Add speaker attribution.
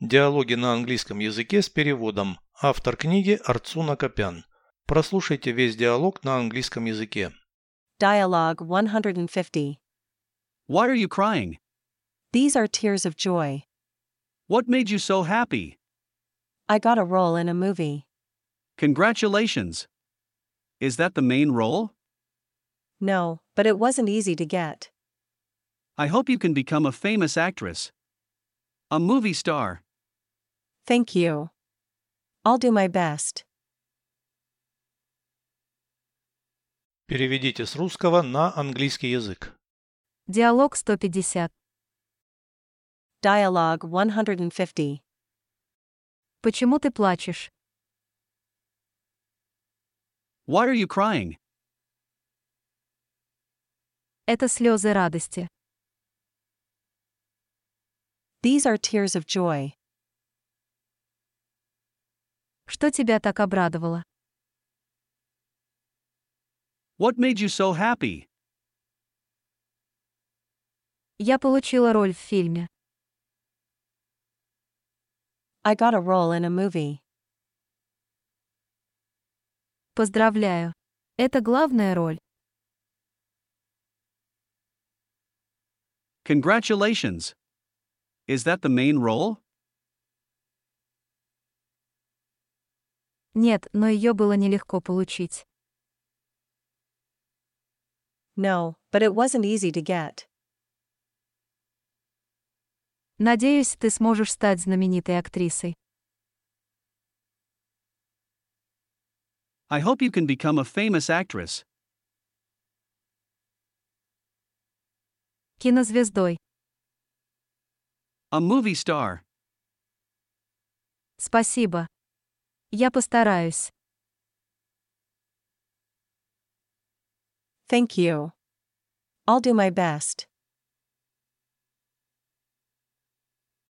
Speaker 1: Диалоги на английском языке с переводом. Автор книги Арцуна Копян. Прослушайте весь диалог на английском языке.
Speaker 2: Dialogue 150.
Speaker 3: Why are you crying?
Speaker 2: These are tears of joy.
Speaker 3: What made you so happy?
Speaker 2: I got a role in a movie.
Speaker 3: Congratulations. Is that the main role?
Speaker 2: No, but it wasn't easy to get.
Speaker 3: I hope you can become a famous actress. A movie star.
Speaker 2: Thank you. I'll do my best.
Speaker 1: Переведите с русского на английский язык.
Speaker 4: Диалог 150.
Speaker 2: Dialogue 150.
Speaker 4: Почему ты плачешь?
Speaker 3: Why are you crying?
Speaker 4: Это слезы радости.
Speaker 2: These are tears of joy.
Speaker 4: Что тебя так обрадовало?
Speaker 3: What made you so happy?
Speaker 4: Я получила роль в фильме.
Speaker 2: I got a role in a movie.
Speaker 4: Поздравляю. Это главная роль.
Speaker 3: Congratulations. Is that the main role?
Speaker 4: Нет, но ее было нелегко получить.
Speaker 2: No, but it wasn't easy to get.
Speaker 4: Надеюсь, ты сможешь стать знаменитой актрисой.
Speaker 3: I hope you can become a famous actress.
Speaker 4: Кинозвездой.
Speaker 3: A movie star.
Speaker 4: Спасибо. Я постараюсь.
Speaker 2: Thank you. I'll do my best.